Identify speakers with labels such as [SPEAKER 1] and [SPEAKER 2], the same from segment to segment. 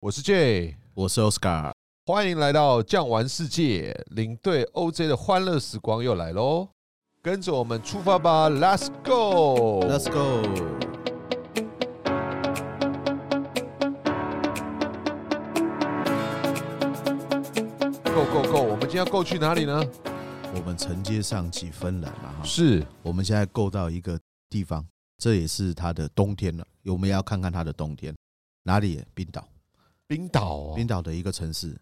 [SPEAKER 1] 我是 J，
[SPEAKER 2] 我是 Oscar。
[SPEAKER 1] 欢迎来到酱玩世界，领队 OJ 的欢乐时光又来喽！跟着我们出发吧，Let's go！
[SPEAKER 2] Let's go。
[SPEAKER 1] go go go！我们今天要 go 去哪里呢？
[SPEAKER 2] 我们承接上集芬兰了哈，
[SPEAKER 1] 是
[SPEAKER 2] 我们现在够到一个地方，这也是它的冬天了。我们要看看它的冬天哪里？冰岛，
[SPEAKER 1] 冰岛、哦，
[SPEAKER 2] 冰岛的一个城市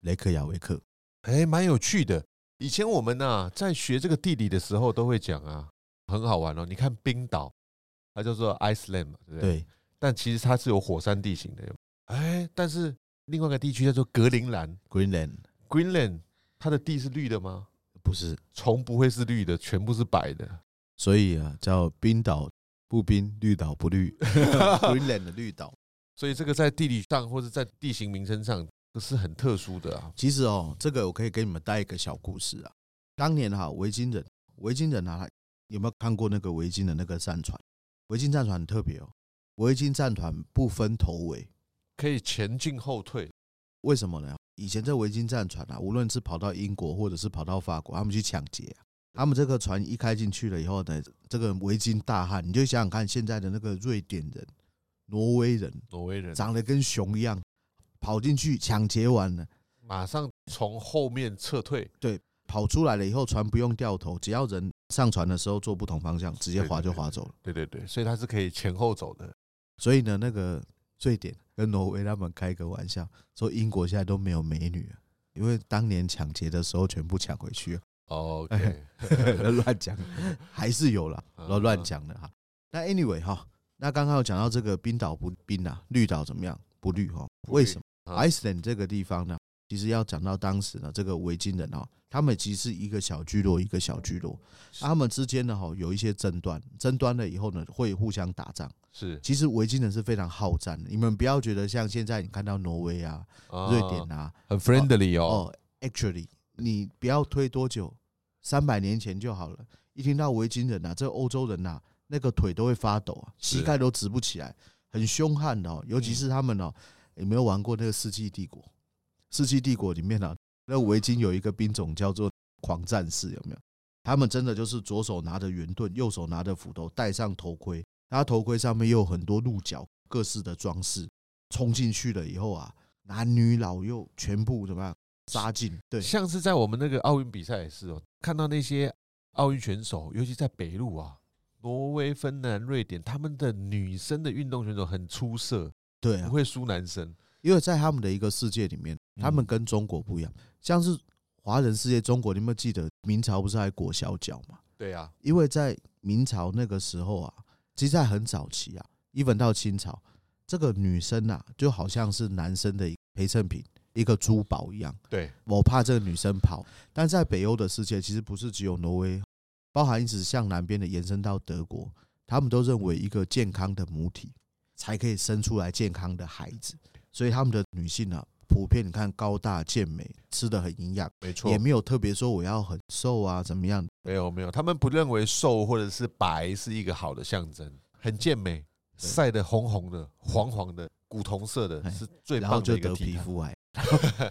[SPEAKER 2] 雷克雅维克。
[SPEAKER 1] 哎，蛮有趣的。以前我们呐、在学这个地理的时候都会讲啊，很好玩哦。你看冰岛，它叫做 Iceland 嘛，对不对？
[SPEAKER 2] 对，
[SPEAKER 1] 但其实它是有火山地形的。哎，但是另外一个地区叫做格陵兰
[SPEAKER 2] Greenland
[SPEAKER 1] （Greenland），它的地是绿的吗？
[SPEAKER 2] 不是，
[SPEAKER 1] 虫不会是绿的，全部是白的。
[SPEAKER 2] 所以啊，叫冰岛不冰，绿岛 不绿，Greenland 的绿岛。
[SPEAKER 1] 所以这个在地理上或者在地形名称上，这是很特殊的啊。
[SPEAKER 2] 其实哦，这个我可以给你们带一个小故事啊。当年哈、维京人，维京人啊，有没有看过那个维京的那个战船？维京战船很特别哦，维京战船不分头尾，
[SPEAKER 1] 可以前进后退，
[SPEAKER 2] 为什么呢？以前这维京战船啊，无论是跑到英国或者是跑到法国，他们去抢劫啊、他们这个船一开进去了以后呢，这个维京大汉，你就想想看，现在的那个瑞典人、挪威人，
[SPEAKER 1] 挪威人
[SPEAKER 2] 长得跟熊一样，跑进去抢劫完了，
[SPEAKER 1] 马上从后面撤退，
[SPEAKER 2] 跑出来了以后，船不用掉头，只要人上船的时候坐不同方向，直接划就划走了。
[SPEAKER 1] 对对对，所以它是可以前后走的。
[SPEAKER 2] 所以呢，那个瑞典跟挪威他们开个玩笑，说英国现在都没有美女了，因为当年抢劫的时候全部抢回去了，
[SPEAKER 1] 哦 OK，
[SPEAKER 2] 哎 乱讲，还是有了，
[SPEAKER 1] 啊
[SPEAKER 2] 乱乱讲的哈。那 anyway 哈，那刚刚有讲到这个冰岛不冰啊，绿岛怎么样？不绿哈？
[SPEAKER 1] 不绿
[SPEAKER 2] 为什么
[SPEAKER 1] 啊
[SPEAKER 2] ？Iceland 这个地方呢，其实要讲到当时呢，这个维京人哈，哦他们其实是一个小聚落一个小聚落，
[SPEAKER 1] 是
[SPEAKER 2] 他们之间呢哈有一些争端，争端了以后呢会互相打仗。
[SPEAKER 1] 是
[SPEAKER 2] 其实维京人是非常好战的，你们不要觉得像现在你看到挪威啊、瑞典
[SPEAKER 1] 啊，
[SPEAKER 2] 啊，
[SPEAKER 1] 很 friendly 哦。
[SPEAKER 2] 哦，actually，你不要推多久，三百年前就好了。一听到维京人啊，这欧洲人啊，那个腿都会发抖啊，
[SPEAKER 1] 是
[SPEAKER 2] 膝盖都直不起来，很凶悍的哦。尤其是他们哦，有没有玩过那个《世纪帝国》？《世纪帝国》里面啊，那维京有一个兵种叫做狂战士，有没有？他们真的就是左手拿着圆盾，右手拿着斧头，戴上头盔，他头盔上面又有很多鹿角，各式的装饰。冲进去了以后啊，男女老幼全部怎么样杀进？对，
[SPEAKER 1] 像是在我们那个奥运比赛也是哦，看到那些奥运选手，尤其在北路啊，挪威、芬兰、瑞典，他们的女生的运动选手很出色，
[SPEAKER 2] 对
[SPEAKER 1] 不
[SPEAKER 2] 啊，
[SPEAKER 1] 会嗯输男生。
[SPEAKER 2] 因为在他们的一个世界里面，他们跟中国不一样，像是华人世界，中国你有没有记得明朝不是还裹小脚嘛？
[SPEAKER 1] 对啊，
[SPEAKER 2] 因为在明朝那个时候啊，其实在很早期啊，even 到清朝，这个女生啊，就好像是男生的陪衬品，一个珠宝一样。
[SPEAKER 1] 对，
[SPEAKER 2] 我怕这个女生跑。但在北欧的世界，其实不是只有挪威，包含一直向南边的延伸到德国，他们都认为一个健康的母体才可以生出来健康的孩子，所以他们的女性呢、啊，普遍你看高大健美，吃的很营养，
[SPEAKER 1] 没错
[SPEAKER 2] 也，没有特别说我要很瘦啊怎么样，
[SPEAKER 1] 没有没有，他们不认为瘦或者是白是一个好的象征，很健美，
[SPEAKER 2] 对
[SPEAKER 1] 晒得红红的、黄黄的、古铜色的，
[SPEAKER 2] 哎
[SPEAKER 1] 是最
[SPEAKER 2] 然后
[SPEAKER 1] 棒
[SPEAKER 2] 就
[SPEAKER 1] 的一个
[SPEAKER 2] 得
[SPEAKER 1] 体
[SPEAKER 2] 皮
[SPEAKER 1] 态。
[SPEAKER 2] 肤 癌。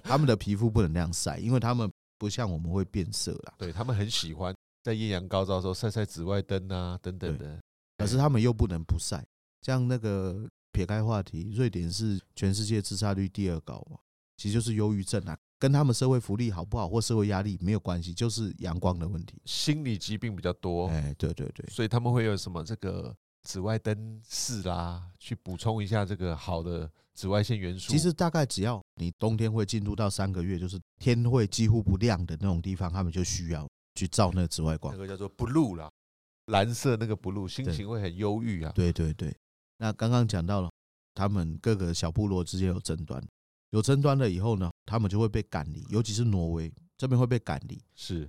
[SPEAKER 2] 他们的皮肤不能那样晒，因为他们不像我们会变色啦。
[SPEAKER 1] 对他们很喜欢在艳阳高照的时候晒晒紫外灯啊等等的。
[SPEAKER 2] 可是他们又不能不晒。像那个撇开话题，瑞典是全世界自杀率第二高嘛，其实就是忧郁症啊，跟他们社会福利好不好或社会压力没有关系，就是阳光的问题。
[SPEAKER 1] 心理疾病比较多，
[SPEAKER 2] 哎，对对对，
[SPEAKER 1] 所以他们会有什么这个紫外灯室啦，去补充一下这个好的紫外线元素。
[SPEAKER 2] 其实大概只要你冬天会进入到三个月，就是天会几乎不亮的那种地方，他们就需要去照那个紫外光
[SPEAKER 1] 那。个叫做 blue 啦，蓝色那个 blue，心
[SPEAKER 2] 对
[SPEAKER 1] 情会很忧郁啊。
[SPEAKER 2] 对对对，那刚刚讲到了，他们各个小部落之间有争端，有争端了以后呢，他们就会被赶离，尤其是挪威这边会被赶离。
[SPEAKER 1] 是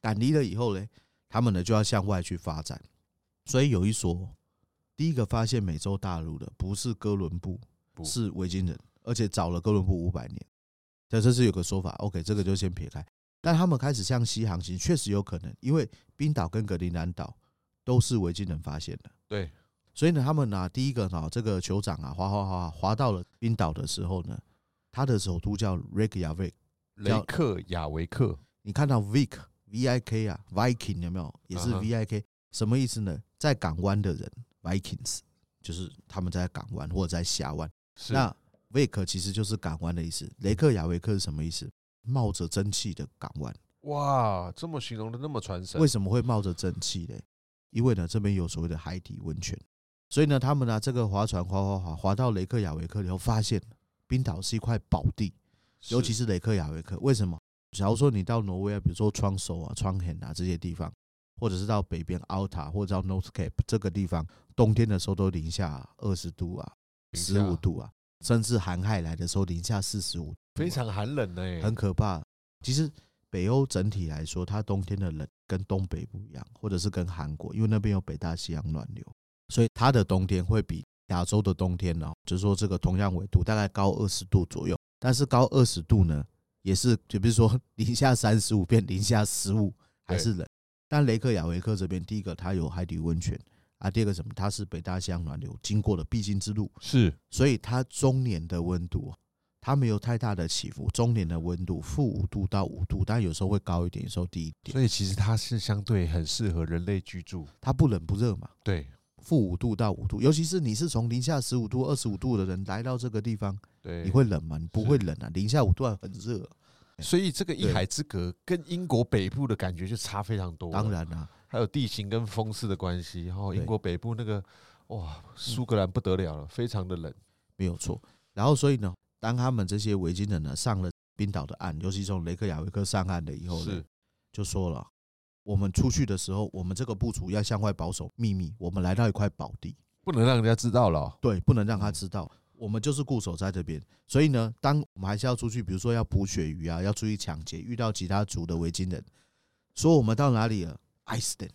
[SPEAKER 2] 赶离了以后呢，他们呢就要向外去发展。所以有一说，第一个发现美洲大陆的不是哥伦布，
[SPEAKER 1] 不
[SPEAKER 2] 是维京人，而且早了哥伦布五百年。这这是有个说法，OK，这个就先撇开。但他们开始向西航行，确实有可能，因为冰岛跟格陵兰岛都是维京人发现的。
[SPEAKER 1] 对，
[SPEAKER 2] 所以呢，他们呢、第一个呢，这个酋长啊，滑滑滑滑到了冰岛的时候呢，他的首都叫 Reykjavik。
[SPEAKER 1] 雷克雅维克，
[SPEAKER 2] 你看到 Vik V I K 啊，Viking 有没有？也是
[SPEAKER 1] 嗯哼
[SPEAKER 2] V I K，、什么意思呢？在港湾的人 Vikings，就是他们在港湾或者在峡湾。
[SPEAKER 1] 是
[SPEAKER 2] 那 Vik 其实就是港湾的意思。雷克雅维克是什么意思？冒着蒸汽的港湾。
[SPEAKER 1] 哇，这么形容的那么传神
[SPEAKER 2] 为，什么会冒着蒸汽嘞？因为呢，这边有所谓的海底温泉，所以呢，他们呢啊这个划船划划划划到雷克雅维克以后，发现冰岛是一块宝地，尤其
[SPEAKER 1] 是
[SPEAKER 2] 是雷克雅维克。为什么？假如说你到挪威啊，比如说窗手啊、窗henn 啊这些地方，或者是到北边 Alta 或者到 North Cape 这个地方，冬天的时候都零下二十度啊、
[SPEAKER 1] 零
[SPEAKER 2] 十五
[SPEAKER 1] 下
[SPEAKER 2] 度啊，甚至寒害来的时候零下四十五，
[SPEAKER 1] 非常寒冷呢、
[SPEAKER 2] 很可怕。其实北欧整体来说，它冬天的冷跟东北不一样，或者是跟韩国，因为那边有北大西洋暖流，所以它的冬天会比亚洲的冬天呢、就是说这个同样纬度大概高二十度左右，但是高二十度呢，也是就比如说 零下三十五变零下十五还是冷。但雷克雅维克这边，第一个它有海底温泉啊，第二个什么，它是北大西洋暖流经过的必经之路，
[SPEAKER 1] 是
[SPEAKER 2] 所以它中年的温度它没有太大的起伏，中年的温度负五度到五度，但有时候会高一点，有时候低一点，
[SPEAKER 1] 所以其实它是相对很适合人类居住。
[SPEAKER 2] 它不冷不热嘛，
[SPEAKER 1] 对
[SPEAKER 2] 负五度到五度，尤其是你是从零下十五度、二十五度的人来到这个地方，
[SPEAKER 1] 对，
[SPEAKER 2] 你会冷吗？你不
[SPEAKER 1] 是
[SPEAKER 2] 会冷啊，零下五度还很热啊、
[SPEAKER 1] 所以这个一
[SPEAKER 2] 对
[SPEAKER 1] 海之隔跟英国北部的感觉就差非常多。
[SPEAKER 2] 当，然啊啦、
[SPEAKER 1] 还有地形跟风势的关系。然后
[SPEAKER 2] 对嗯
[SPEAKER 1] 英国北部那个哇，苏格兰不得了了，非常的冷。
[SPEAKER 2] 没有错。然后所以呢，当他们这些维京人呢上了冰岛的岸，尤其从雷克雅维克上岸了以后呢
[SPEAKER 1] 是，
[SPEAKER 2] 就说了，我们出去的时候，我们这个部族要向外保守秘密，我们来到一块宝地，
[SPEAKER 1] 不能让人家知道了哦。
[SPEAKER 2] 对，不能让他
[SPEAKER 1] 嗯
[SPEAKER 2] 知道。我们就是固守在这边，所以呢，当我们还是要出去，比如说要捕鳕鱼啊，要出去抢劫，遇到其他族的维京人，说我们到哪里了？Iceland，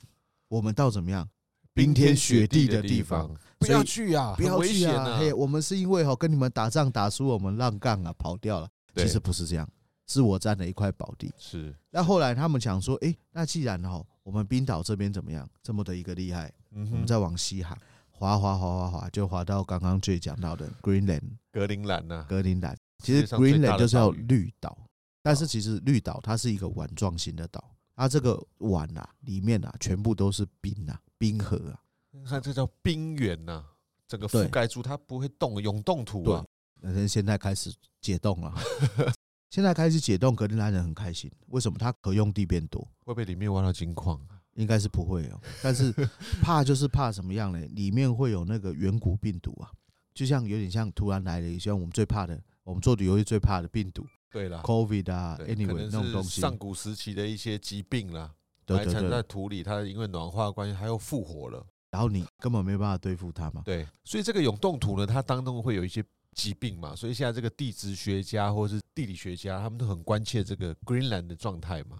[SPEAKER 2] 我们到怎么样？冰天雪地的地方，
[SPEAKER 1] 不
[SPEAKER 2] 所以
[SPEAKER 1] 要去啊，
[SPEAKER 2] 不要
[SPEAKER 1] 很危
[SPEAKER 2] 去
[SPEAKER 1] 险
[SPEAKER 2] 啊！
[SPEAKER 1] 啊！
[SPEAKER 2] 嘿，我们是因为哦跟你们打仗打输，我们浪杠啊跑掉了。
[SPEAKER 1] 对
[SPEAKER 2] 其实不是这样，是我占了一块宝地。
[SPEAKER 1] 是，嗯
[SPEAKER 2] 那后来他们想说，诶，那既然哦我们冰岛这边怎么样，这么的一个厉害，
[SPEAKER 1] 嗯
[SPEAKER 2] 我们再往西航滑滑滑滑滑，就滑到刚刚最讲到的 Greenland
[SPEAKER 1] 格陵兰呐，
[SPEAKER 2] 格陵兰。其
[SPEAKER 1] 世界
[SPEAKER 2] 实
[SPEAKER 1] 上最大
[SPEAKER 2] Greenland
[SPEAKER 1] 的
[SPEAKER 2] 就是要
[SPEAKER 1] 岛屿哦
[SPEAKER 2] 绿岛，但是其实绿岛它是一个碗状型的岛，它这个碗啊里面啊全部都是冰啊冰河啊，
[SPEAKER 1] 看这叫冰原呐，整个
[SPEAKER 2] 对
[SPEAKER 1] 覆盖住它不会动，永冻土啊。
[SPEAKER 2] 但是现在开始解冻 了，现在开始解冻，格陵兰人很开心。为什么？它可用地变多，
[SPEAKER 1] 会不会里面挖到金矿啊？
[SPEAKER 2] 应该是不会哦。但是怕就是怕什么样呢？里面会有那个远古病毒啊，就像有点像突然来了，一像我们最怕的，我们做旅游业最怕的病毒
[SPEAKER 1] 对啦，
[SPEAKER 2] ，COVID 啊
[SPEAKER 1] 对可
[SPEAKER 2] ，anyway
[SPEAKER 1] 能
[SPEAKER 2] 那种
[SPEAKER 1] 是
[SPEAKER 2] 东西，
[SPEAKER 1] 上古时期的一些疾病啦，
[SPEAKER 2] 对对
[SPEAKER 1] 埋藏在
[SPEAKER 2] 对。
[SPEAKER 1] 土里，它因为暖化的关系，它又复活了。
[SPEAKER 2] 然后你根本没办法对付它嘛。
[SPEAKER 1] 对，所以这个永冻土呢，它当中会有一些疾病嘛，所以现在这个地质学家或是地理学家，他们都很关切这个 Greenland 的状态嘛。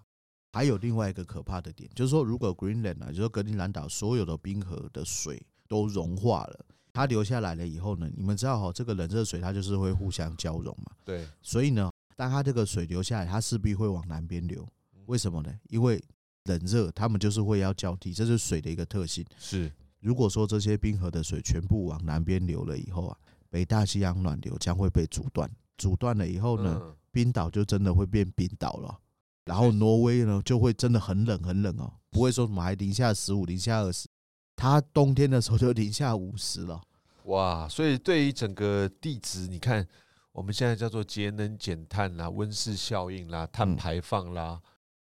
[SPEAKER 2] 还有另外一个可怕的点，就是说，如果 Greenland 啊，就是说格陵兰岛所有的冰河的水都融化了，它留下来了以后呢，你们知道哈、哦这个冷热水它就是会互相交融嘛，
[SPEAKER 1] 对，
[SPEAKER 2] 所以呢，当它这个水流下来，它势必会往南边流。为什么呢？因为冷热它们就是会要交替，这是水的一个特性。
[SPEAKER 1] 是
[SPEAKER 2] 如果说这些冰河的水全部往南边流了以后啊，北大西洋暖流将会被阻断，阻断了以后呢，
[SPEAKER 1] 嗯
[SPEAKER 2] 冰岛就真的会变冰岛了。然后挪威呢，就会真的很冷很冷哦，不会说什么还零下十五、零下二十，它冬天的时候就零下五十了。
[SPEAKER 1] 哇，所以对于整个地质，你看我们现在叫做节能减碳啦、温室效应啦、碳
[SPEAKER 2] 嗯
[SPEAKER 1] 排放啦、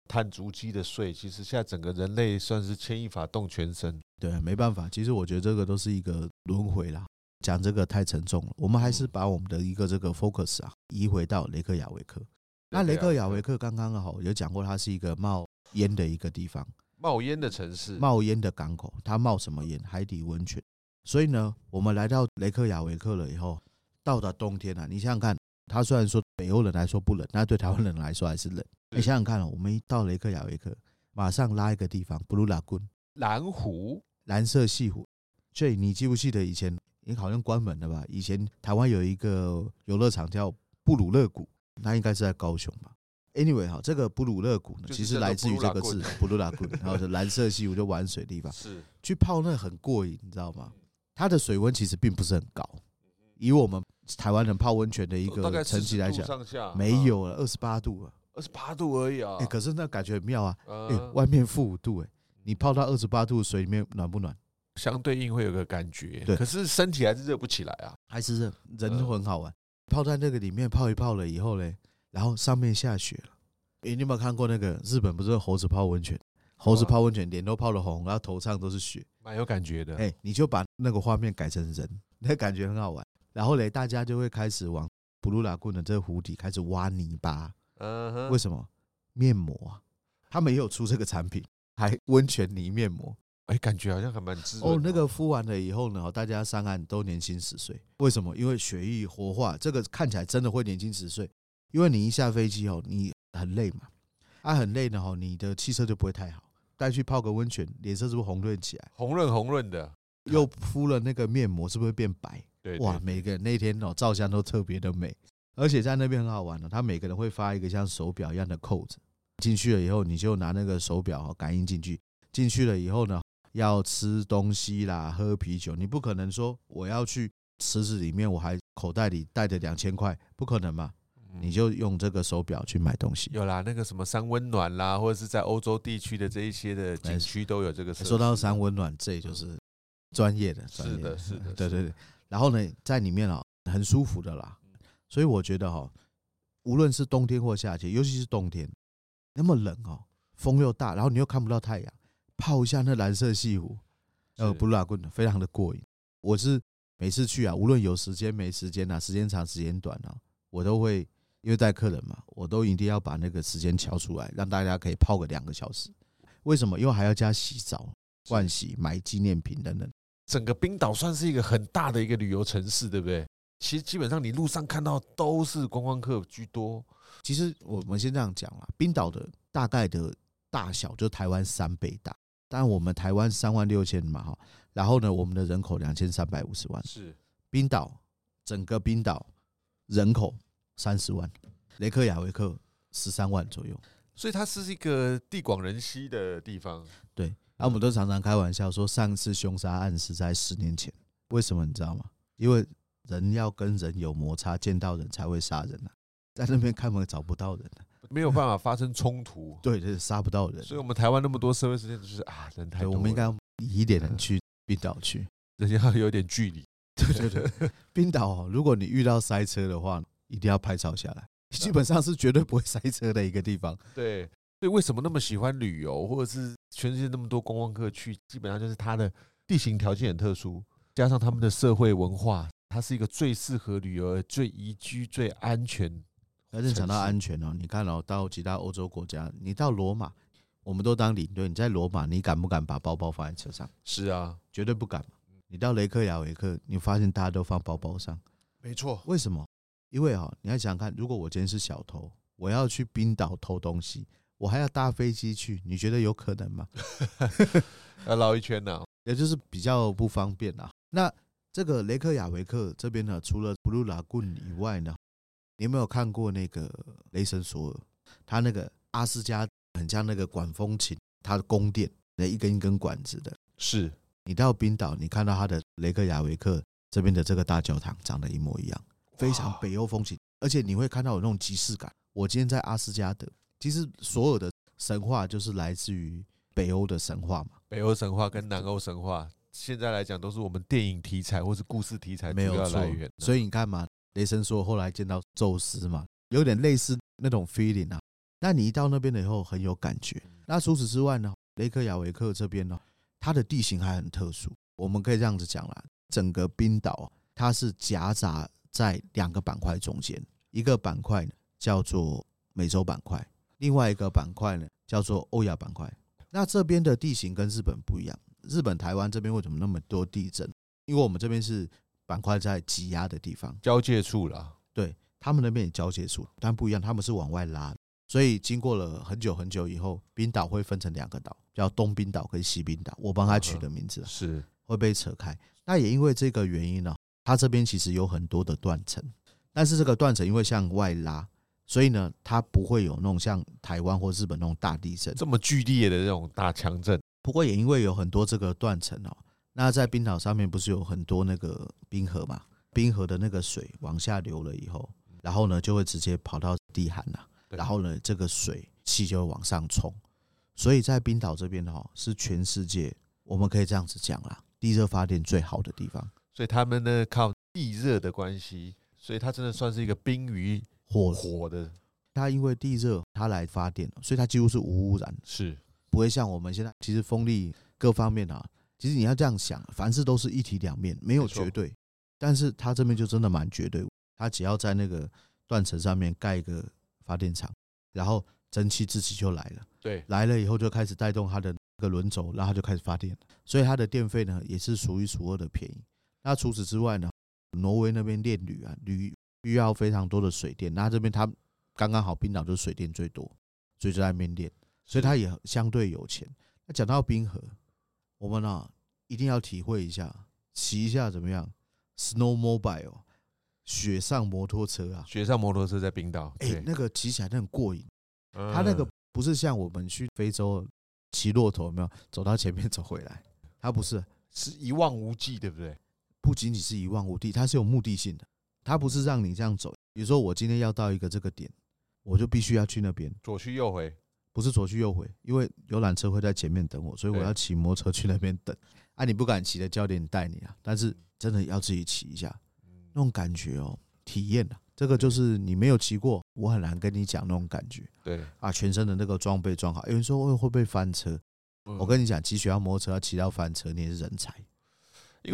[SPEAKER 1] 碳足迹的税，其实现在整个人类算是牵一发动全身。
[SPEAKER 2] 对，没办法，其实我觉得这个都是一个轮回啦。讲这个太沉重了，我们还是把我们的一个这个 focus 啊移回到雷克雅维克。那雷克雅维克刚刚好有讲过，它是一个冒烟的一个地方，
[SPEAKER 1] 冒烟的城市，
[SPEAKER 2] 冒烟的港口，它冒什么烟？海底温泉。所以呢，我们来到雷克雅维克了以后，到达冬天了、啊，你想想看，它虽然说北欧人来说不冷，那对台湾人来说还是冷。
[SPEAKER 1] 是
[SPEAKER 2] 你想想看、哦，我们一到雷克雅维克，马上拉一个地方，布鲁拉棍，
[SPEAKER 1] 蓝湖
[SPEAKER 2] 蓝色西湖。J，你记不记得以前你好像关门了吧？以前台湾有一个游乐场叫布鲁勒谷，那应该是在高雄吧？Anyway 哈，这个布鲁勒谷呢，
[SPEAKER 1] 就是
[SPEAKER 2] 其实来自于这个字
[SPEAKER 1] 叫
[SPEAKER 2] 布鲁拉谷，然后就蓝色西湖就玩水地方，
[SPEAKER 1] 是
[SPEAKER 2] 去泡那很过瘾，你知道吗？它的水温其实并不是很高，以我们台湾人泡温泉的一
[SPEAKER 1] 呃哦大
[SPEAKER 2] 个
[SPEAKER 1] 概
[SPEAKER 2] 层级来讲，
[SPEAKER 1] 上下嗯
[SPEAKER 2] 没有了二十八度了，
[SPEAKER 1] 二十八度而已啊。
[SPEAKER 2] 哎，可是那感觉很妙啊，哎
[SPEAKER 1] 呃，
[SPEAKER 2] 外面负五度，哎，你泡到二十八度的水里面暖不暖？
[SPEAKER 1] 相对应会有个感觉，
[SPEAKER 2] 对
[SPEAKER 1] 可是身体还是热不起来啊。
[SPEAKER 2] 还是热人
[SPEAKER 1] 呃
[SPEAKER 2] 都很好玩。泡在那个里面泡一泡了以后嘞，然后上面下雪了。诶，你有没有看过那个日本不是猴子泡温泉？猴子
[SPEAKER 1] 有啊
[SPEAKER 2] 泡温泉，脸都泡的红，然后头上都是雪。
[SPEAKER 1] 蛮有感觉的。
[SPEAKER 2] 哎、你就把那个画面改成人， 那感觉很好玩。然后嘞，大家就会开始往布鲁拉棍的这个湖底开始挖泥巴。
[SPEAKER 1] 嗯哼
[SPEAKER 2] 为什么？面膜啊，他们也有出这个产品，还温泉泥面膜。
[SPEAKER 1] 哎，感觉好像还蛮滋润
[SPEAKER 2] 哦，
[SPEAKER 1] 的
[SPEAKER 2] 那个敷完了以后呢，大家上岸都年轻十岁。为什么？因为血液活化，这个看起来真的会年轻十岁。因为你一下飞机哦，你很累嘛，啊，很累呢哦，你的气色就不会太好。带去泡个温泉，脸色是不是红润起来？
[SPEAKER 1] 红润红润的，
[SPEAKER 2] 又敷了那个面膜，是不是会变白？
[SPEAKER 1] 对，
[SPEAKER 2] 哇，
[SPEAKER 1] 对
[SPEAKER 2] 每个人那天哦，照相都特别的美，而且在那边很好玩哦，他每个人会发一个像手表一样的扣子，进去了以后，你就拿那个手表哦感应进去，进去了以后呢，要吃东西啦，喝啤酒，你不可能说我要去池子里面，我还口袋里带着两千块，不可能嘛，
[SPEAKER 1] 嗯
[SPEAKER 2] 你就用这个手表去买东西。
[SPEAKER 1] 有啦，那个什么三温暖啦，或者是在欧洲地区的这一些的景区都有这个设施。
[SPEAKER 2] 说到三温暖，这就是专业的，专
[SPEAKER 1] 是
[SPEAKER 2] 业
[SPEAKER 1] 的，是的，
[SPEAKER 2] 对对
[SPEAKER 1] 是的
[SPEAKER 2] 对，。然后呢，在里面啊、很舒服的啦。所以我觉得哈、无论是冬天或夏天，尤其是冬天，那么冷哦，风又大，然后你又看不到太阳，泡一下那蓝色西湖，呃，
[SPEAKER 1] 是
[SPEAKER 2] 布鲁拉棍非常的过瘾。我是每次去啊，无论有时间没时间啊，时间长时间短啊，我都会因为带客人嘛，我都一定要把那个时间敲出来，让大家可以泡个两个小时。为什么？因为还要加洗澡、盥洗、买纪念品等等。
[SPEAKER 1] 整个冰岛算是一个很大的一个旅游城市，对不对？其实基本上你路上看到都是观光客居多，
[SPEAKER 2] 其实我们先这样讲啦，冰岛的大概的大小就台湾三倍大，但我们台湾三万六千嘛哈，然后呢，我们的人口两千三百五十万，
[SPEAKER 1] 是
[SPEAKER 2] 冰岛整个冰岛人口三十万，雷克雅维克十三万左右。
[SPEAKER 1] 所以它是一个地广人稀的地方。
[SPEAKER 2] 啊，我们都常常开玩笑说，上次凶杀案是在十年前，为什么你知道吗？因为人要跟人有摩擦，见到人才会杀人啊，在那边根本找不到人啊、
[SPEAKER 1] 没有办法发生冲突，
[SPEAKER 2] 对，就是杀不到人啊、
[SPEAKER 1] 所以我们台湾那么多社会事件就是啊，人太
[SPEAKER 2] 对，
[SPEAKER 1] 多了，嗯
[SPEAKER 2] 我们应该要移一点人去冰岛去。
[SPEAKER 1] 人家要有点距离。
[SPEAKER 2] 对对对，冰岛、哦，如果你遇到塞车的话，一定要拍照下来，
[SPEAKER 1] 啊
[SPEAKER 2] 基本上是绝对不会塞车的一个 地方。
[SPEAKER 1] 对，所以为什么那么喜欢旅游，或者是全世界那么多观光客去，基本上就是它的地形条件很特殊，加上他们的社会文化，它是一个最适合旅游、最宜居、最安全。
[SPEAKER 2] 但是讲到
[SPEAKER 1] 城市
[SPEAKER 2] 安全哦，你看哦，到其他欧洲国家，你到罗马，我们都当领队，你在罗马，你敢不敢把包包放在车上？
[SPEAKER 1] 是啊，
[SPEAKER 2] 绝对不敢嘛。
[SPEAKER 1] 嗯
[SPEAKER 2] 你到雷克雅维克，你发现大家都放包包上，
[SPEAKER 1] 没错，
[SPEAKER 2] 为什么？因为哦，你要想想看，如果我今天是小偷，我要去冰岛偷东西，我还要搭飞机去，你觉得有可能吗？
[SPEAKER 1] 要绕一圈呢、啊。
[SPEAKER 2] 也就是比较不方便啦。那这个雷克雅维克这边呢，除了 Blue Lagoon 以外呢，你有没有看过那个雷神索尔？他那个阿斯加很像那个管风琴，它的宫殿那一根一根管子的。
[SPEAKER 1] 是，
[SPEAKER 2] 你到冰岛，你看到它的雷克雅维克这边的这个大教堂长得一模一样，非常
[SPEAKER 1] 哇
[SPEAKER 2] 北欧风情，而且你会看到有那种即视感。我今天在阿斯加德，其实所有的神话就是来自于北欧的神话嘛。
[SPEAKER 1] 北欧神话跟南欧神话，现在来讲都是我们电影题材或是故事题材主
[SPEAKER 2] 没有
[SPEAKER 1] 要
[SPEAKER 2] 错
[SPEAKER 1] 来源。。
[SPEAKER 2] 所
[SPEAKER 1] 以
[SPEAKER 2] 以你看嘛，雷神说后来见到宙斯嘛，有点类似那种 feeling 啊。那你一到那边了以后很有感觉。
[SPEAKER 1] 嗯
[SPEAKER 2] 那除此之外呢，雷克雅维克这边呢，它的地形还很特殊。我们可以这样子讲啦，整个冰岛啊它是夹杂在两个板块中间，一个板块呢叫做美洲板块，另外一个板块呢叫做欧亚板块。那这边的地形跟日本不一样，日本台湾这边为什么那么多地震？因为我们这边是板块在挤压的地方，
[SPEAKER 1] 交界处啦，
[SPEAKER 2] 他们那边也交界处，但不一样，他们是往外拉的。所以经过了很久很久以后，冰岛会分成两个岛，叫东冰岛跟西冰岛，我帮它取的名字啊
[SPEAKER 1] 是
[SPEAKER 2] 会被扯开。那也因为这个原因呢、它这边其实有很多的断层，但是这个断层因为向外拉，所以呢，它不会有那种像台湾或日本那种大地震。
[SPEAKER 1] 这么剧烈的这种大强震，
[SPEAKER 2] 不过也因为有很多这个断层哦，那在冰岛上面不是有很多那个冰河嘛？冰河的那个水往下流了以后，然后呢就会直接跑到地寒了、
[SPEAKER 1] 对
[SPEAKER 2] 然后呢这个水气就会往上冲，所以在冰岛这边哈是全世界我们可以这样子讲啦，地热发电最好的地方，
[SPEAKER 1] 所以他们呢靠地热的关系，所以它真的算是一个冰与
[SPEAKER 2] 火
[SPEAKER 1] 火的，
[SPEAKER 2] 它因为地热它来发电，哦所以它几乎是无污染的。
[SPEAKER 1] 是
[SPEAKER 2] 不会像我们现在其实风力各方面啊，其实你要这样想，凡事都是一体两面，没有
[SPEAKER 1] 没错
[SPEAKER 2] 绝对。但是它这边就真的蛮绝对，它只要在那个断层上面盖一个发电厂，然后蒸汽自己就来了，
[SPEAKER 1] 对，
[SPEAKER 2] 来了以后就开始带动它的那个轮轴，然后它就开始发电了，所以它的电费呢也是数一数二的便宜。那除此之外呢，挪威那边炼铝啊，铝需要非常多的水电，那这边它刚刚好冰岛就是水电最多，所以就在那边炼。所以他也相对有钱。那讲到冰河，我们啊一定要体会一下，骑一下怎么样？snowmobile，雪上摩托车啊，
[SPEAKER 1] 雪上摩托车在冰岛，
[SPEAKER 2] 哎、
[SPEAKER 1] 对，
[SPEAKER 2] 那个骑起来真的很过瘾。
[SPEAKER 1] 嗯
[SPEAKER 2] 它那个不是像我们去非洲骑骆驼，有没有走到前面走回来？它不是，
[SPEAKER 1] 是一望无际，对不对？
[SPEAKER 2] 不仅仅是一望无际，它是有目的性的。它不是让你这样走，比如说我今天要到一个这个点，我就必须要去那边，
[SPEAKER 1] 左去右回，
[SPEAKER 2] 不是左去右回，因为游览车会在前面等我，所以我
[SPEAKER 1] 对
[SPEAKER 2] 要骑摩托车去那边等。啊，你不敢骑的教练带你啊，但是真的要自己骑一下，
[SPEAKER 1] 嗯
[SPEAKER 2] 那种感觉哦，体验啊，这个就是你没有骑过，我很难跟你讲那种感觉
[SPEAKER 1] 对，
[SPEAKER 2] 啊。全身的那个装备装好，有人说哦会会不会翻车？我
[SPEAKER 1] 我
[SPEAKER 2] 跟你讲，骑雪上摩托车要骑到翻车，你也是人才，因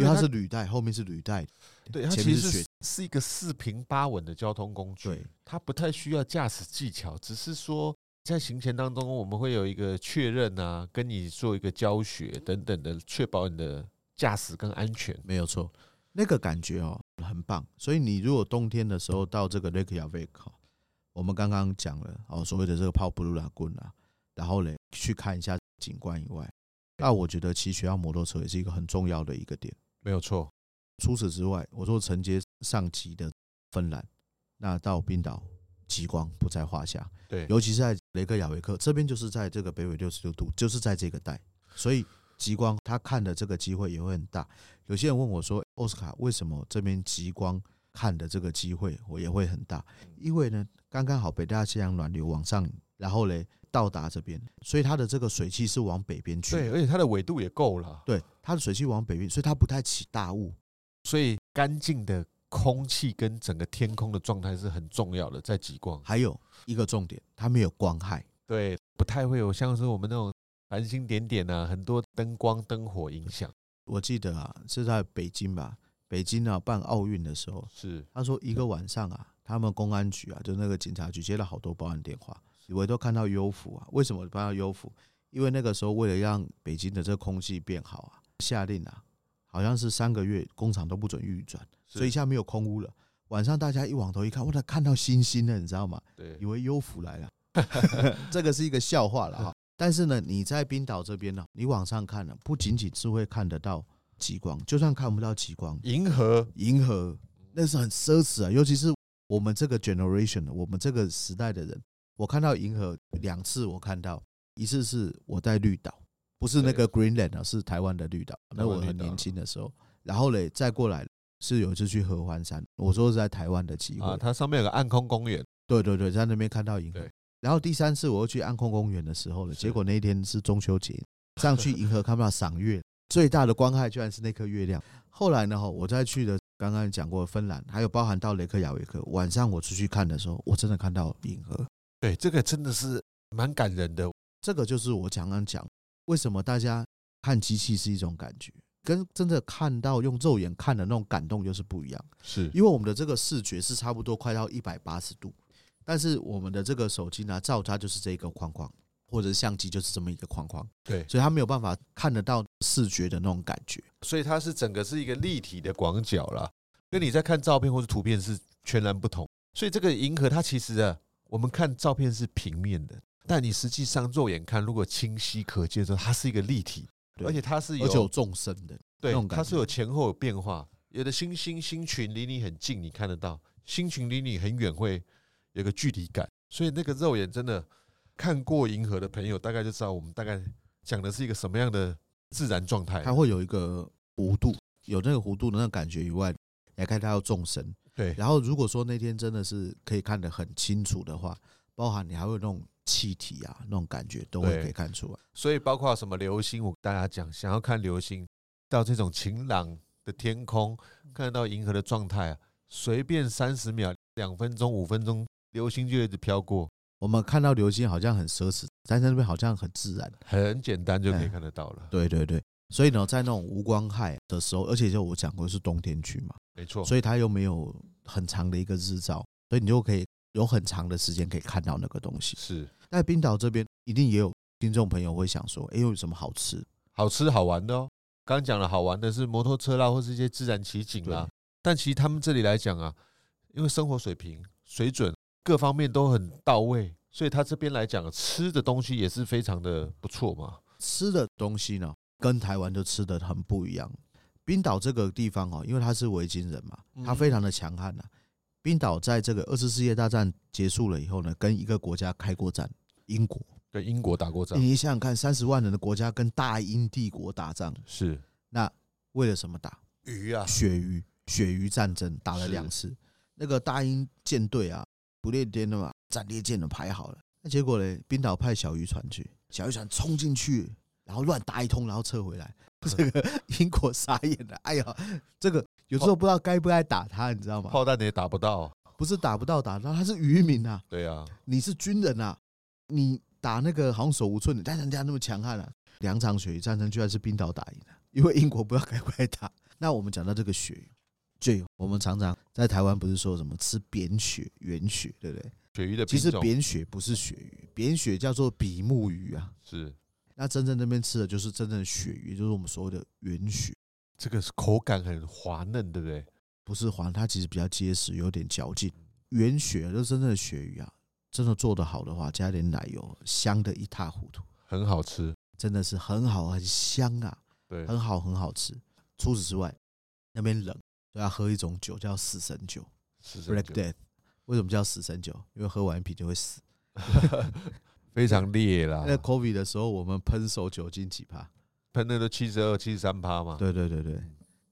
[SPEAKER 1] 因
[SPEAKER 2] 为
[SPEAKER 1] 为
[SPEAKER 2] 它
[SPEAKER 1] 它
[SPEAKER 2] 是
[SPEAKER 1] 是
[SPEAKER 2] 履带，后面是履带，
[SPEAKER 1] 对它
[SPEAKER 2] 前
[SPEAKER 1] 其
[SPEAKER 2] 面
[SPEAKER 1] 实
[SPEAKER 2] 是
[SPEAKER 1] 是
[SPEAKER 2] 雪，
[SPEAKER 1] 是一个四平八稳的交通工具，
[SPEAKER 2] 对，
[SPEAKER 1] 它不太需要驾驶技巧，只是说在行前当中我们会有一个确认啊，跟你做一个教学等等的，确保你的驾驶更安全。
[SPEAKER 2] 没有错，那个感觉哦很棒。所以你如果冬天的时候到这个 Lake y a v i k 我们刚刚讲了哦，所谓的这个泡布鲁拉棍啊，然后嘞去看一下景观以外，那我觉得骑雪上摩托车也是一个很重要的一个点。
[SPEAKER 1] 没有错，
[SPEAKER 2] 除此之外，我说承接上级的芬兰，那到冰岛极光不在话下。
[SPEAKER 1] 对，
[SPEAKER 2] 尤其是在雷克雅维克这边，就是在这个北纬六十六度，就是在这个带，所以极光他看的这个机会也会很大。有些人问我说：“奥斯卡，为什么这边极光看的这个机会我也会很大？”因为呢，刚刚好北大西洋暖流往上，然后嘞到达这边，所以它的这个水汽是往北边去的。
[SPEAKER 1] 对，而且它的纬度也够了，
[SPEAKER 2] 对，它的水汽往北边，所以它不太起大雾。
[SPEAKER 1] 所以干净的空气跟整个天空的状态是很重要的，在极光，
[SPEAKER 2] 还有一个重点，它没有光害。
[SPEAKER 1] 对，不太会有像是我们那种繁星点点啊，很多灯光灯火影响，
[SPEAKER 2] 我记得啊，是在北京吧？北京啊，办奥运的时候，
[SPEAKER 1] 是
[SPEAKER 2] 他说一个晚上啊，他们公安局啊，就那个警察局接了好多报案电话，我都看到优抚啊。为什么看到优抚？因为那个时候为了让北京的这个空气变好啊，下令啊，好像是三个月工厂都不准运转，所以
[SPEAKER 1] 是
[SPEAKER 2] 现在没有空屋了。晚上大家一往头一看，哇，他看到星星了，你知道吗？
[SPEAKER 1] 对
[SPEAKER 2] 以，为优抚来了， 这个是一个笑话了哈。但是呢，你在冰岛这边呢、你往上看呢、不仅仅是会看得到极光，就算看不到极光，
[SPEAKER 1] 银河
[SPEAKER 2] 银河那是很奢侈啊，尤其是我们这个 generation 的，我们这个时代的人，我看到银河两次，我看到一次是我在绿岛，不是那个 Greenland 啊，是台湾的绿岛，
[SPEAKER 1] 台湾
[SPEAKER 2] 那我
[SPEAKER 1] 绿岛
[SPEAKER 2] 很年轻的时候，然后嘞再过来是有一次去合欢山，我说是在台湾的机会，
[SPEAKER 1] 啊，它上面有个暗空公园，
[SPEAKER 2] 对对对，在那边看到银河
[SPEAKER 1] 对。
[SPEAKER 2] 然后第三次我又去安空公园的时候了，
[SPEAKER 1] 是
[SPEAKER 2] 结果那一天是中秋节，上去 银河看不到赏月，最大的光害居然是那颗月亮。后来呢，哈，我再去的刚刚讲过芬兰，还有包含到雷克雅维克，晚上我出去看的时候，我真的看到银河。
[SPEAKER 1] 对，这个真的是蛮感人的，
[SPEAKER 2] 这个就是我刚刚讲为什么大家看机器是一种感觉，跟真的看到用肉眼看的那种感动就是不一样。
[SPEAKER 1] 是
[SPEAKER 2] 因为我们的这个视觉是差不多快到一百八十度，但是我们的这个手机呢，照它就是这一个框框，或者相机就是这么一个框框，
[SPEAKER 1] 对，
[SPEAKER 2] 所以它没有办法看得到视觉的那种感觉。
[SPEAKER 1] 所以它是整个是一个立体的广角啦，跟你在看照片或是图片是全然不同。所以这个银河它其实啊，我们看照片是平面的，但你实际上肉眼看，如果清晰可见的时候，它是一个立体，
[SPEAKER 2] 对
[SPEAKER 1] 而且它是有
[SPEAKER 2] 而且有纵深的，那
[SPEAKER 1] 对
[SPEAKER 2] 种，
[SPEAKER 1] 它
[SPEAKER 2] 感
[SPEAKER 1] 是
[SPEAKER 2] 觉
[SPEAKER 1] 有前后有变化。有的星星星群离你很近，你看得到；星群离你很远，会有个距离感。所以那个肉眼真的看过银河的朋友，大概就知道我们大概讲的是一个什么样的自然状态。
[SPEAKER 2] 它会有一个弧度，有那个弧度的那个感觉以外，来哎看它要纵深。
[SPEAKER 1] 对，
[SPEAKER 2] 然后如果说那天真的是可以看得很清楚的话，包含你还会有那种气体啊，那种感觉都会
[SPEAKER 1] 对
[SPEAKER 2] 可以看出来。
[SPEAKER 1] 所以包括什么流星，我跟大家讲，想要看流星，到这种晴朗的天空，看到银河的状态啊，随便三十秒、两分钟、五分钟，流星就一直飘过，
[SPEAKER 2] 我们看到流星好像很奢侈，但是那边好像很自然。
[SPEAKER 1] 很简单就可以
[SPEAKER 2] 哎
[SPEAKER 1] 看得到了。
[SPEAKER 2] 对对对，所以呢，在那种无光害的时候，而且就我讲过是冬天去嘛，
[SPEAKER 1] 没错，
[SPEAKER 2] 所以它又没有很长的一个日照，所以你就可以有很长的时间可以看到那个东西。
[SPEAKER 1] 是
[SPEAKER 2] 在冰岛这边，一定也有听众朋友会想说，哎，有什么好吃？
[SPEAKER 1] 好吃好玩的哦。刚讲了好玩的是摩托车啦，或是一些自然奇景啦
[SPEAKER 2] 对，
[SPEAKER 1] 但其实他们这里来讲啊，因为生活水平、水准各方面都很到位，所以他这边来讲吃的东西也是非常的不错嘛。
[SPEAKER 2] 吃的东西呢，跟台湾就吃的很不一样。冰岛这个地方哦，因为他是维京人嘛，他
[SPEAKER 1] 嗯
[SPEAKER 2] 非常的强悍呐、冰岛在这个二次世界大战结束了以后呢，跟一个国家开过战，英国。
[SPEAKER 1] 跟英国打过仗，
[SPEAKER 2] 你想想看，三十万人的国家跟大英帝国打仗，
[SPEAKER 1] 是
[SPEAKER 2] 为了什么打？
[SPEAKER 1] 鱼啊，
[SPEAKER 2] 鳕鱼鳕鱼战争打了
[SPEAKER 1] 是
[SPEAKER 2] 两次，那个大英舰队啊，不列颠的嘛，战列舰的排好了，那结果呢，冰岛派小渔船去，小渔船冲进去，然后乱打一通，然后撤回来， 这个英国傻眼了，哎呀，这个有时候不知道该不该打他，你知道吗？
[SPEAKER 1] 炮弹也打不到。
[SPEAKER 2] 不是打不到打他，他是渔民啊，
[SPEAKER 1] 对啊，
[SPEAKER 2] 你是军人啊，你打那个好像手无寸铁，但人家那么强悍啊，两场鳕鱼战争居然是冰岛打赢了，因为英国不知道该不该打。 那我们讲到这个鳕鱼，就我们常常在台湾不是说什么吃扁鳕、圆鳕，对不对？
[SPEAKER 1] 鳕鱼的
[SPEAKER 2] 其
[SPEAKER 1] 品
[SPEAKER 2] 实
[SPEAKER 1] 种
[SPEAKER 2] 扁鳕不是鳕鱼，扁鳕叫做比目鱼啊。
[SPEAKER 1] 是
[SPEAKER 2] 那真正那边吃的就是真正的鳕鱼，就是我们所谓的圆鳕，
[SPEAKER 1] 这个是口感很滑嫩，对不对？
[SPEAKER 2] 不是黄，它其实比较结实，有点嚼劲。圆鳕就是真正的鳕鱼啊，真的做得好的话，加点奶油，香的一塌糊涂。
[SPEAKER 1] 很好吃。
[SPEAKER 2] 真的是很好，很香啊，
[SPEAKER 1] 对，
[SPEAKER 2] 很好，很好吃。除此之外，那边冷，就要喝一种酒叫死神酒
[SPEAKER 1] 是
[SPEAKER 2] （Black Death）。为什么叫死神酒？因为喝完一瓶就会死。
[SPEAKER 1] 非常烈啦，
[SPEAKER 2] 那 COVID 的时候，我们喷手酒精几趴？
[SPEAKER 1] 喷的都七十二、七十三趴嘛，
[SPEAKER 2] 对对对对，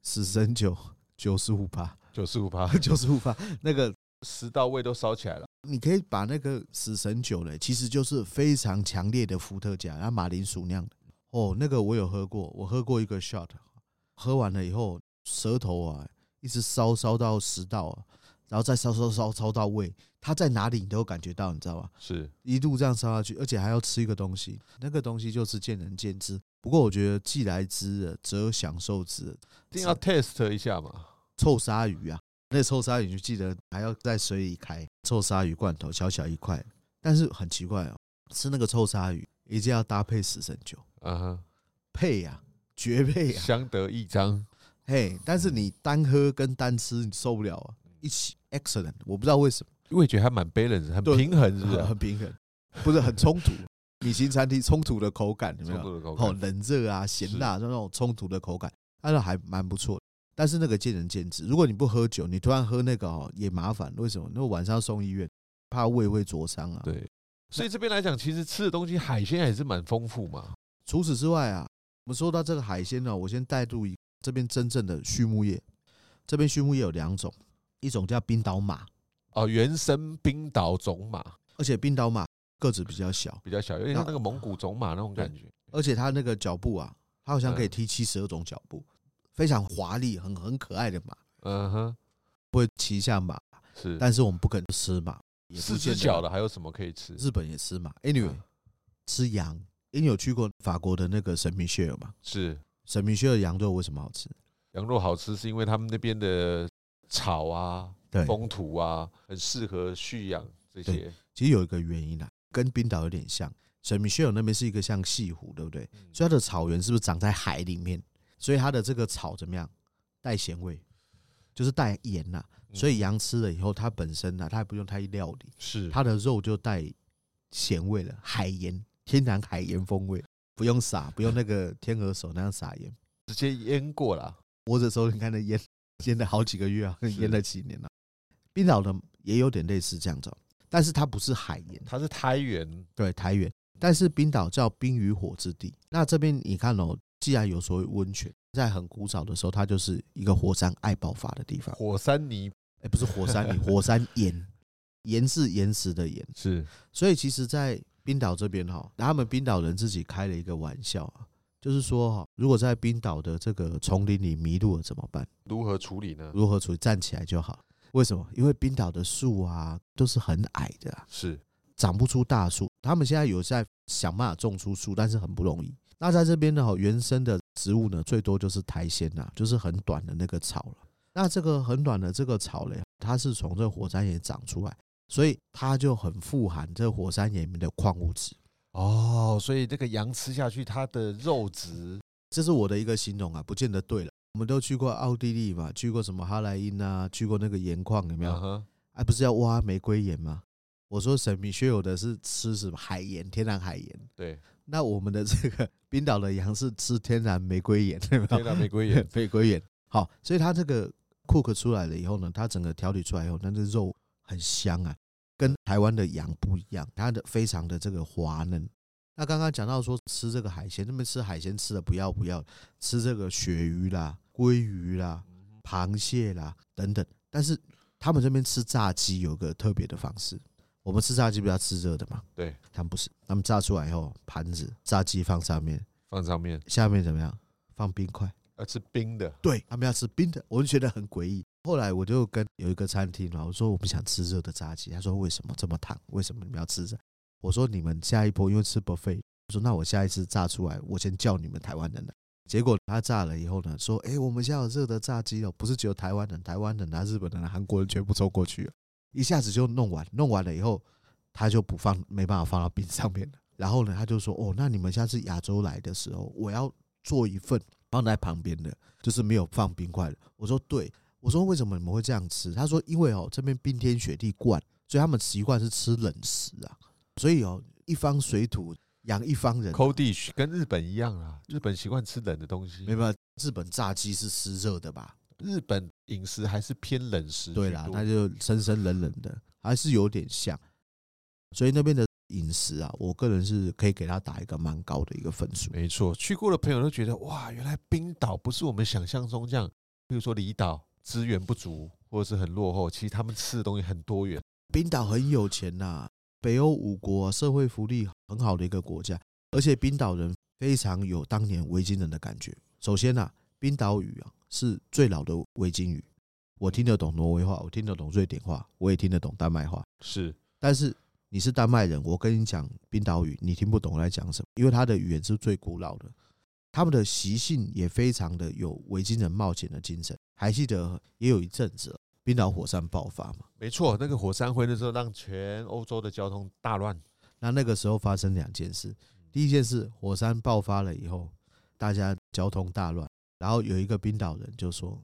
[SPEAKER 2] 死神酒九十五趴，
[SPEAKER 1] 九十五 趴，
[SPEAKER 2] 九十五趴。那个
[SPEAKER 1] 食到胃都烧起来了。
[SPEAKER 2] 你可以把那个死神酒嘞，其实就是非常强烈的伏特加，然后马铃薯酿的。哦，那个我有喝过，我喝过一个 shot，喝完了以后，舌头啊一直烧烧到食道、啊，然后再烧烧烧烧到胃，它在哪里你都有感觉到，你知道吧？
[SPEAKER 1] 是
[SPEAKER 2] 一路这样烧下去，而且还要吃一个东西，那个东西就是见仁见智。不过我觉得既来之则享受之，
[SPEAKER 1] 一定要 test 一下嘛。
[SPEAKER 2] 臭鲨鱼啊，那臭鲨鱼就记得还要在水里开臭鲨鱼罐头，小小一块。但是很奇怪哦，吃那个臭鲨鱼一定要搭配死神酒，
[SPEAKER 1] 啊哈，
[SPEAKER 2] 配呀、绝配呀、
[SPEAKER 1] 相得益彰。
[SPEAKER 2] 嘿，但是你单喝跟单吃你受不了啊，一起 excellent，我不知道为什么
[SPEAKER 1] 味觉还蛮 balance，很
[SPEAKER 2] 对
[SPEAKER 1] 平衡，是不是啊
[SPEAKER 2] 很？平衡，不是很冲突。米其林餐厅冲突的口感有没
[SPEAKER 1] 冲
[SPEAKER 2] 有？
[SPEAKER 1] 突的口
[SPEAKER 2] 哦，
[SPEAKER 1] 感。
[SPEAKER 2] 冷热啊、咸辣那种冲突的口感，它那还蛮不错的。但是那个见仁见智，如果你不喝酒，你突然喝那个哦也麻烦，为什么？那晚上要送医院，怕胃会灼伤啊。
[SPEAKER 1] 对，所以这边来讲，其实吃的东西海鲜还是蛮丰富嘛。
[SPEAKER 2] 除此之外啊，我们说到这个海鲜呢、哦我先带入一这边真正的畜牧业。这边畜牧业有两种，一种叫冰岛马，
[SPEAKER 1] 哦，原生冰岛种马
[SPEAKER 2] 而且冰岛马个子比较小，
[SPEAKER 1] 比较小，有点像那个蒙古种马那种
[SPEAKER 2] 对
[SPEAKER 1] 感觉。
[SPEAKER 2] 而且它那个脚步啊，它好像可以
[SPEAKER 1] 嗯
[SPEAKER 2] 踢七十二种脚步，非常华丽、很很可爱的马。
[SPEAKER 1] 嗯哼，
[SPEAKER 2] 不会骑一下马，
[SPEAKER 1] 是。
[SPEAKER 2] 但是我们不肯吃马，也不
[SPEAKER 1] 四
[SPEAKER 2] 见
[SPEAKER 1] 只
[SPEAKER 2] 得
[SPEAKER 1] 脚的还有什么可以吃？
[SPEAKER 2] 日本也吃嘛。Anyway，、
[SPEAKER 1] 嗯
[SPEAKER 2] 吃羊，因为你有去过法国的那个神明血尔嘛？
[SPEAKER 1] 是
[SPEAKER 2] 神明血尔羊肉为什么好吃？
[SPEAKER 1] 羊肉好吃，是因为他们那边的草啊、
[SPEAKER 2] 对，
[SPEAKER 1] 风土啊，很适合蓄养这些。嗯
[SPEAKER 2] 其实有一个原因啦，跟冰岛有点像。神明血尔那边是一个像西湖，对不对？
[SPEAKER 1] 嗯
[SPEAKER 2] 所以它的草原是不是长在海里面？所以它的这个草怎么样？带咸味，就是带盐呐、所以
[SPEAKER 1] 嗯
[SPEAKER 2] 羊吃了以后，它本身呢、啊它也不用太料理，
[SPEAKER 1] 是
[SPEAKER 2] 它的肉就带咸味了，海盐，天然海盐风味，不用撒，不用那个天鹅手那样撒盐。
[SPEAKER 1] 直接腌过了，
[SPEAKER 2] 活着的时候，你看那腌腌了好几个月啊，
[SPEAKER 1] 是
[SPEAKER 2] 腌了几年了、冰岛的也有点类似这样子哦、但是它不是海盐，
[SPEAKER 1] 它是胎源，
[SPEAKER 2] 对台原，但是冰岛叫冰与火之地。那这边你看哦，既然有所谓温泉，在很古早的时候，它就是一个火山爱爆发的地方。
[SPEAKER 1] 火山泥
[SPEAKER 2] 哎、不是火山泥，火山 岩，岩是岩石的岩。
[SPEAKER 1] 是
[SPEAKER 2] 所以其实，在冰岛这边哈，他们冰岛人自己开了一个玩笑啊，就是说哈，如果在冰岛的这个丛林里迷路了怎么办？
[SPEAKER 1] 如何处理呢？
[SPEAKER 2] 如何处理？站起来就好。为什么？因为冰岛的树啊都是很矮的、啊，
[SPEAKER 1] 是
[SPEAKER 2] 长不出大树。他们现在有在想办法种出树，但是很不容易。那在这边呢，哦原生的植物呢，最多就是苔藓呐、就是很短的那个草了。那这个很短的这个草嘞，它是从这火山岩长出来，所以它就很富含这火山岩里面的矿物质。
[SPEAKER 1] 哦，所以这个羊吃下去，它的肉质
[SPEAKER 2] 这是我的一个形容啊，不见得对了。我们都去过奥地利嘛，去过什么哈莱茵啊，去过那个盐矿有没有？
[SPEAKER 1] 嗯哼
[SPEAKER 2] 哎、不是要挖玫瑰盐吗？我说神秘学有的是吃什么海盐，天然海盐。
[SPEAKER 1] 对，
[SPEAKER 2] 那我们的这个冰岛的羊是吃天然玫瑰盐，对吧？
[SPEAKER 1] 天然玫 瑰盐
[SPEAKER 2] 玫瑰盐。好，所以它这个 cook 出来了以后呢，它整个调理出来以后，那个肉很香啊，跟台湾的羊不一样，它的非常的这个滑嫩。那刚刚讲到说吃这个海鲜，那边吃海鲜吃的不要不要，吃这个鳕鱼啦、鲑鱼啦、螃蟹啦等等，但是他们这边吃炸鸡有个特别的方式，我们吃炸鸡不要吃热的嘛，
[SPEAKER 1] 对，
[SPEAKER 2] 他们不是，他们炸出来以后，盘子炸鸡放上面，
[SPEAKER 1] 放上面
[SPEAKER 2] 下面怎么样？放冰块。
[SPEAKER 1] 要吃冰的，
[SPEAKER 2] 对，他们要吃冰的，我就觉得很诡异。后来我就跟有一个餐厅嘛，我说我们想吃热的炸鸡，他说为什么这么烫？为什么你们要吃热？我说你们下一波因为吃 buffet，我说那我下一次炸出来，我先叫你们台湾人来。结果他炸了以后呢，说哎、诶我们现在有热的炸鸡哦，不是只有台湾人，台湾人啊、日本人啊、韩国人全部冲过去了，一下子就弄完，弄完了以后他就不放，没办法放到冰上面了。然后呢，他就说哦，那你们下次亚洲来的时候，我要做一份放在旁边的，就是没有放冰块的。我说对，我说为什么你们会这样吃？他说因为哦这边冰天雪地灌，所以他们习惯是吃冷食啊，所以哦一方水土养一方人，
[SPEAKER 1] 抠地区跟日本一样啊，日本习惯吃冷的东西，
[SPEAKER 2] 明白？日本炸鸡是湿热的吧？
[SPEAKER 1] 日本饮食还是偏冷食居多。
[SPEAKER 2] 对啦，那就生生冷冷的，还是有点像。所以那边的饮食啊，我个人是可以给他打一个蛮高的一个分数。
[SPEAKER 1] 没错，去过的朋友都觉得哇，原来冰岛不是我们想象中这样，比如说离岛资源不足或者是很落后，其实他们吃的东西很多元。
[SPEAKER 2] 冰岛很有钱呐、北欧五国、啊、社会福利很好的一个国家，而且冰岛人非常有当年维京人的感觉。首先呐、冰岛语啊是最老的维京语，我听得懂挪威话，我听得懂瑞典话，我也听得懂丹麦话。
[SPEAKER 1] 是
[SPEAKER 2] 但是你是丹麦人，我跟你讲冰岛语，你听不懂我在讲什么，因为他的语言是最古老的，他们的习性也非常的有维京人冒险的精神。还记得也有一阵子冰岛火山爆发嘛？
[SPEAKER 1] 没错，那个火山灰那时候让全欧洲的交通大乱，
[SPEAKER 2] 那那个时候发生两件事，第一件事火山爆发了以后，大家交通大乱，然后有一个冰岛人就说：“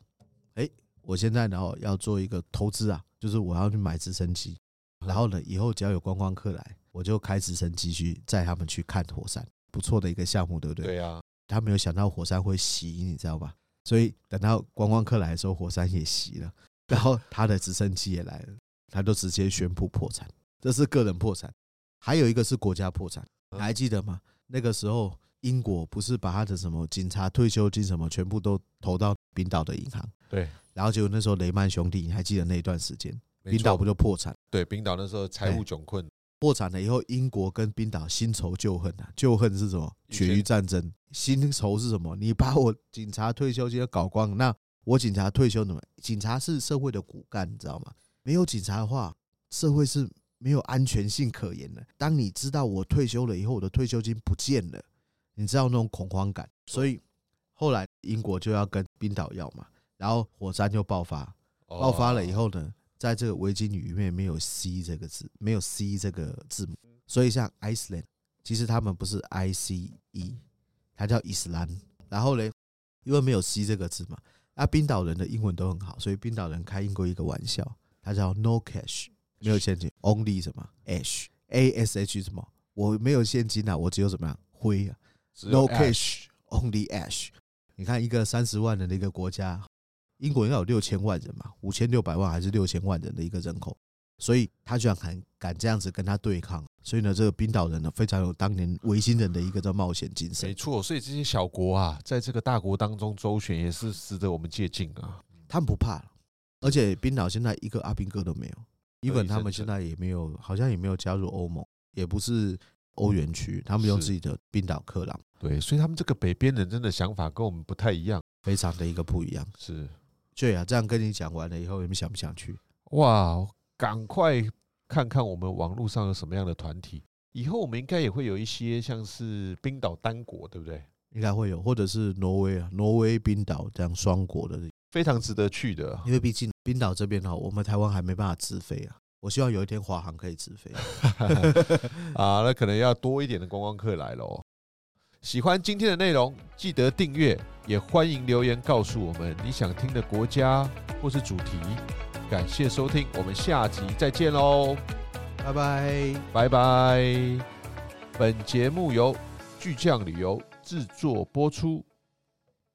[SPEAKER 2] 哎、我现在然后要做一个投资啊，就是我要去买直升机，然后呢，以后只要有观光客来，我就开直升机去载他们去看火山，不错的一个项目，对不对？”
[SPEAKER 1] 对啊，
[SPEAKER 2] 他没有想到火山会熄，你知道吧？所以等到观光客来的时候，火山也熄 了，然后他的直升机也来了，他就直接宣布破产，这是个人破产，还有一个是国家破产，
[SPEAKER 1] 嗯
[SPEAKER 2] 还记得吗？那个时候英国不是把他的什么警察退休金什么全部都投到冰岛的银行，
[SPEAKER 1] 对，
[SPEAKER 2] 然后结果那时候雷曼兄弟，你还记得那一段时间，
[SPEAKER 1] 没
[SPEAKER 2] 冰岛
[SPEAKER 1] 错
[SPEAKER 2] 不就哎破产？
[SPEAKER 1] 对冰岛那时候财务窘困，
[SPEAKER 2] 破产了以后，英国跟冰岛新仇旧恨啊，旧恨是什么？
[SPEAKER 1] 以前
[SPEAKER 2] 鳕鱼战争。新仇是什么？你把我警察退休金都搞光，那我警察退休怎么？警察是社会的骨干，你知道吗？没有警察的话，社会是没有安全性可言的。当你知道我退休了以后，我的退休金不见了，你知道那种恐慌感。所以后来英国就要跟冰岛要嘛，然后火山就爆发，
[SPEAKER 1] 哦
[SPEAKER 2] 爆发了以，后呢，在这个维京语里面没有 C 这个字，没有 C 这个字母，所以像 Iceland，其实他们不是 I C E，它叫伊斯兰。然后呢，因为没有 C 这个字嘛，那冰岛人的英文都很好，所以冰岛人开英国一个玩笑，他叫 No cash，没有现金，Only 什么 Ash A S H 什么，我没有现金啊，我只有怎么样灰啊
[SPEAKER 1] 只有哎
[SPEAKER 2] ，No cash Only Ash。你看一个三十万人的一个国家，英国应该有六千万人嘛，五千六百万还是六千万人的一个人口，所以他居然敢敢这样子跟他对抗，所以呢，这个冰岛人呢非常有当年维新人的一个叫冒险精
[SPEAKER 1] 没
[SPEAKER 2] 神。
[SPEAKER 1] 错，所以这些小国啊，在这个大国当中周旋，也是值得我们借鉴啊。
[SPEAKER 2] 他们不怕，而且冰岛现在一个阿兵哥都没有
[SPEAKER 1] 可以
[SPEAKER 2] ，even 他
[SPEAKER 1] 生
[SPEAKER 2] 们
[SPEAKER 1] 存
[SPEAKER 2] 现在也没有，好像也没有加入欧盟，也不是欧元区，他们用
[SPEAKER 1] 嗯是
[SPEAKER 2] 自己的冰岛克朗，
[SPEAKER 1] 对，所以他们这个北边人真的想法跟我们不太一样。
[SPEAKER 2] 非常的一个不一样。
[SPEAKER 1] 是
[SPEAKER 2] 对啊，这样跟你讲完了以后，你们想不想去？
[SPEAKER 1] 哇，赶快看看我们网络上有什么样的团体。以后我们应该也会有一些像是冰岛单国，对不对？
[SPEAKER 2] 应该会有，或者是挪威啊，挪威、冰岛这样双国的，
[SPEAKER 1] 非常值得去的。
[SPEAKER 2] 因为毕竟冰岛这边哈，我们台湾还没办法自费啊。我希望有一天华航可以自费。
[SPEAKER 1] 啊，那可能要多一点的观光客来喽。喜欢今天的内容，记得订阅，也欢迎留言告诉我们你想听的国家或是主题。感谢收听，我们下集再见喽，
[SPEAKER 2] 拜拜。
[SPEAKER 1] 拜拜。本节目由巨匠旅游制作播出。